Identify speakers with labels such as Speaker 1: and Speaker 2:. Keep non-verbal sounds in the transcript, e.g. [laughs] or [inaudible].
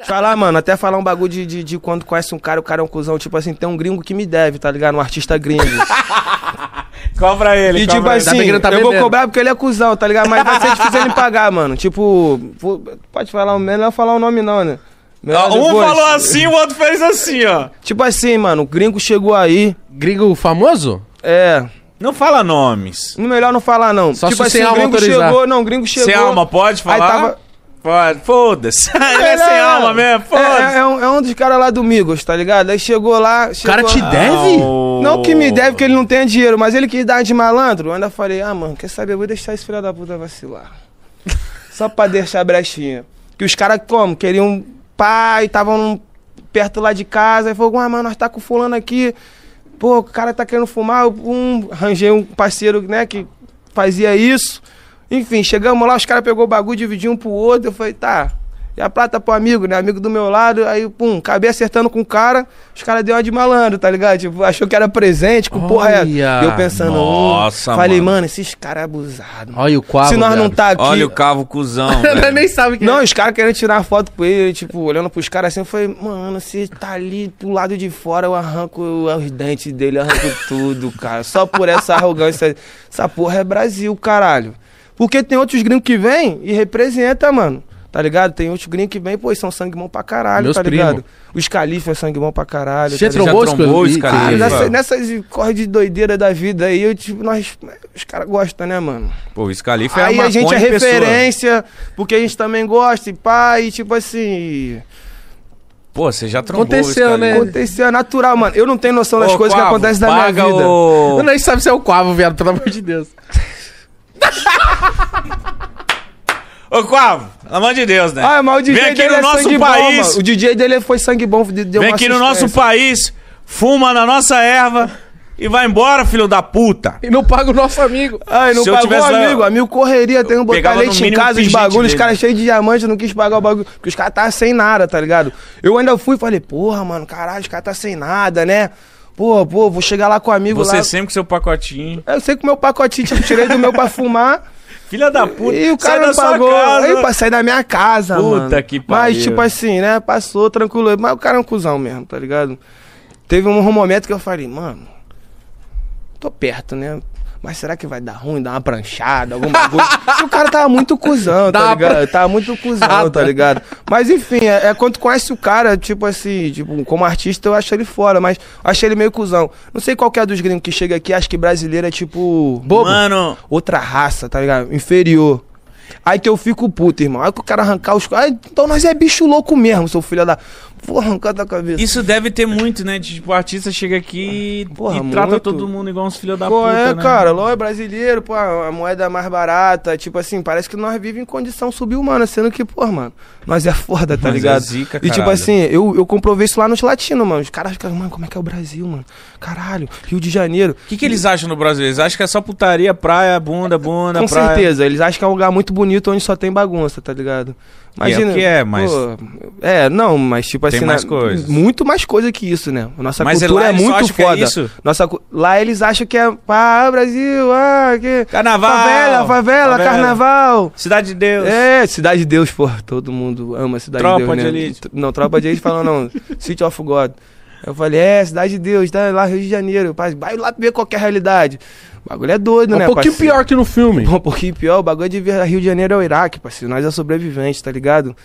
Speaker 1: Falar, mano, até falar um bagulho de, de, de quando conhece um cara, o cara é um cuzão. Tipo assim, tem um gringo que me deve, tá ligado? Um artista gringo.
Speaker 2: Cobra ele,
Speaker 1: E
Speaker 2: cobra
Speaker 1: tipo
Speaker 2: ele.
Speaker 1: assim,
Speaker 3: bem que ele
Speaker 1: eu
Speaker 3: tá
Speaker 1: vou
Speaker 3: bebendo.
Speaker 1: cobrar porque ele é cuzão, tá ligado? Mas vai ser difícil ele pagar, mano. Tipo, vou- pode falar, é melhor falar o nome não, né? Melhor
Speaker 2: Ah, um
Speaker 1: depois.
Speaker 2: falou assim, o outro fez assim, ó.
Speaker 1: Tipo assim, mano, o gringo chegou aí,
Speaker 3: Gringo famoso?
Speaker 1: é...
Speaker 2: Não fala nomes.
Speaker 1: no Melhor não falar, não.
Speaker 3: Só
Speaker 1: tipo
Speaker 3: se
Speaker 1: assim,
Speaker 3: sem
Speaker 1: o
Speaker 3: alma
Speaker 1: gringo
Speaker 3: autorizar.
Speaker 1: chegou, não, o gringo chegou...
Speaker 2: Sem alma, pode falar?
Speaker 1: tava-
Speaker 2: Pode. Foda-se. [laughs] ele é sem alma mesmo,
Speaker 1: É,
Speaker 2: foda-se.
Speaker 1: é, é um, é um dos caras lá do Migos, tá ligado? Aí chegou lá...
Speaker 3: O cara
Speaker 1: chegou-
Speaker 3: te deve?
Speaker 1: Não que me deve, porque ele não tem dinheiro, mas ele quis dar de malandro. Eu ainda falei, ah, mano, quer saber? Eu vou deixar esse filho da puta vacilar. Só pra deixar a brechinha. Que os caras, como? Queriam um pai, estavam num- perto lá de casa. Aí falou, ah, mano, nós tá com fulano aqui. Pô, o cara tá querendo fumar. Eu, Um, arranjei um parceiro, né, que fazia isso. Enfim, chegamos lá, os caras pegou o bagulho, dividiu um pro outro. Eu falei, tá. E a prata pro amigo, né? Amigo do meu lado. Aí, pum, acabei acertando com o cara. Os caras deu uma de malandro, tá ligado? Tipo, achou que era presente, com porra é.
Speaker 3: Olha,
Speaker 1: Eu pensando,
Speaker 2: nossa,
Speaker 1: hum. Falei,
Speaker 2: mano.
Speaker 1: mano, esses caras abusados.
Speaker 3: Olha o quadro.
Speaker 1: Se nós não
Speaker 3: viado.
Speaker 1: tá aqui.
Speaker 2: Olha o
Speaker 1: [laughs]
Speaker 2: cavo cuzão,
Speaker 3: [laughs] Ela
Speaker 2: velho.
Speaker 3: nem sabe quem é.
Speaker 1: Não, os caras querendo tirar foto com ele, tipo, olhando pros caras assim, eu falei, mano, você tá ali pro lado de fora, eu arranco os dentes dele, eu arranco tudo, cara. Só por essa arrogância. Essa porra é Brasil, caralho. Porque tem outros gringos que vêm e representa, mano. Tá ligado? Tem outros gringos que vêm, pô, eles são sangue bom pra caralho,
Speaker 3: Meus
Speaker 1: tá
Speaker 3: primo.
Speaker 1: ligado? Os califas são sangue bom pra caralho.
Speaker 3: Você
Speaker 1: tá ligado? Ah,
Speaker 3: trombou
Speaker 2: Já
Speaker 3: os
Speaker 2: trombou
Speaker 3: coisas?
Speaker 2: os caras,
Speaker 3: Ih,
Speaker 2: velho.
Speaker 1: Nessa-
Speaker 2: mano.
Speaker 1: nessas corres de doideira da vida aí, eu, tipo, nós, os caras gostam, né, mano?
Speaker 2: Pô, o Scalife é
Speaker 1: Aí
Speaker 2: uma
Speaker 1: a gente é
Speaker 2: maconha em pessoa.
Speaker 1: referência, porque a gente também gosta, e pá, e tipo assim.
Speaker 2: Pô, você já trombou
Speaker 3: Aconteceu,
Speaker 2: o Scalife.
Speaker 3: né?
Speaker 1: Aconteceu, é natural, mano. Eu não tenho noção das
Speaker 2: Ô,
Speaker 1: coisas que
Speaker 2: Quavo,
Speaker 1: acontecem na minha
Speaker 2: paga
Speaker 1: vida.
Speaker 2: O...
Speaker 3: Eu nem sabe se é o Quavo, viado, pelo amor de Deus.
Speaker 2: Ô, Quavo, pelo amor de Deus, né?
Speaker 1: é- Ah, mas o DJ
Speaker 2: Vem aqui
Speaker 1: dele
Speaker 2: no
Speaker 1: é
Speaker 2: nosso
Speaker 1: sangue bom,
Speaker 2: país.
Speaker 1: mano. O DJ dele é- foi sangue bom, de- deu
Speaker 2: Vem
Speaker 1: uma
Speaker 2: aqui no nosso
Speaker 1: assistência.
Speaker 2: país, fuma na nossa erva e vai embora, filho da puta.
Speaker 3: E não paga o nosso amigo.
Speaker 1: Ai, não
Speaker 2: Se eu
Speaker 1: pagou
Speaker 2: tivesse lá,
Speaker 1: amigo,
Speaker 2: eu-
Speaker 1: amigo correria, tem que botar
Speaker 2: pegava no
Speaker 1: leite em
Speaker 2: mínimo
Speaker 1: casa, os
Speaker 2: pingente
Speaker 1: bagulhos, os
Speaker 2: dele.
Speaker 1: caras cheios de diamante, não quis pagar o bagulho, porque os caras tá sem nada, tá ligado? Eu ainda fui e falei, porra, mano, caralho, os caras tá sem nada, né? Pô, pô, vou chegar lá com o amigo
Speaker 2: Você
Speaker 1: lá.
Speaker 2: sempre com seu pacotinho.
Speaker 1: Eu sei que o meu pacotinho, tipo, tirei do meu pra fumar.
Speaker 2: Filha da puta.
Speaker 1: E o
Speaker 2: sai
Speaker 1: cara
Speaker 2: da
Speaker 1: não
Speaker 2: sua
Speaker 1: pagou.
Speaker 2: casa.
Speaker 1: Aí, pra sair da minha casa,
Speaker 2: Puta
Speaker 1: mano.
Speaker 2: que pariu.
Speaker 1: Mas, tipo assim, né? Passou tranquilo. Mas o cara é um cuzão mesmo, tá ligado? Teve um momento que eu falei, mano, tô perto, né? Mas será que vai dar ruim, dar uma pranchada, algum
Speaker 2: [laughs]
Speaker 1: bagulho? Porque o cara tava muito cuzão,
Speaker 3: Dá
Speaker 1: tá
Speaker 3: uma
Speaker 1: ligado? Tava muito cuzão, tá ligado? Mas enfim, é, é quando tu conhece o cara, tipo assim, tipo, como artista eu acho ele fora, mas acho ele meio cuzão. Não sei qual que é dos gringos que chega aqui, acho que brasileiro é tipo
Speaker 3: Bobo.
Speaker 2: Mano,
Speaker 1: outra raça, tá ligado? Inferior. Aí que eu fico puto, irmão. Aí que o cara arrancar os. Aí, então nós é bicho louco mesmo, seu filho da. Vou arrancar da cabeça.
Speaker 2: isso deve ter muito, né? De, Tipo, o artista chega aqui e-
Speaker 1: Porra,
Speaker 2: e trata
Speaker 1: muito.
Speaker 2: todo mundo igual uns filhos da
Speaker 1: Pô,
Speaker 2: puta,
Speaker 1: é,
Speaker 2: né?
Speaker 1: cara, LOL é brasileiro, pô, a moeda é mais barata, tipo assim, parece que nós vivemos em condição subhumana, sendo que, pô, mano, nós é foda, tá
Speaker 2: Nós é
Speaker 1: ligado?
Speaker 2: zica,
Speaker 1: e tipo
Speaker 2: caralho.
Speaker 1: assim, eu, eu comprovei isso lá nos latinos, mano. Os caras ficam, mano, como é que é o Brasil, mano? Caralho, Rio de Janeiro.
Speaker 2: O que, que eles acham no Brasil? Eles acham que é só putaria, praia, bunda, bunda,
Speaker 1: Com
Speaker 2: praia.
Speaker 1: certeza, eles acham que é um lugar muito bonito onde só tem bagunça, tá ligado?
Speaker 2: o que é, mas-
Speaker 1: pô, é, não, mas tipo
Speaker 2: Tem
Speaker 1: assim.
Speaker 2: mais
Speaker 1: na-
Speaker 2: coisas.
Speaker 1: Muito mais coisa que isso, né? A Nossa
Speaker 2: Mas
Speaker 1: cultura
Speaker 2: lá
Speaker 1: é
Speaker 2: eles só
Speaker 1: muito
Speaker 2: acham que é
Speaker 1: foda.
Speaker 2: isso?
Speaker 1: Nossa, cu- lá eles acham que é. Ah, Brasil, ah, que.
Speaker 2: Carnaval,
Speaker 1: Favela, favela,
Speaker 2: favela.
Speaker 1: carnaval.
Speaker 2: Cidade de Deus.
Speaker 1: É, Cidade de Deus, pô. Todo mundo ama Cidade
Speaker 2: Tropa
Speaker 1: de Deus.
Speaker 2: de
Speaker 1: né?
Speaker 2: Elite.
Speaker 1: Tr- Não, Tropa de Elite falou,
Speaker 2: [laughs]
Speaker 1: não. City of God. Eu falei, é, Cidade de Deus, tá lá, Rio de Janeiro. Pai, vai lá ver qualquer realidade. O bagulho é doido,
Speaker 3: É um
Speaker 1: né,
Speaker 3: pouquinho
Speaker 1: parceiro?
Speaker 3: pior que no filme.
Speaker 1: Pô, Um pouquinho pior, o bagulho de ver Rio de Janeiro é o Iraque, parceiro. Nós é sobrevivente, tá ligado?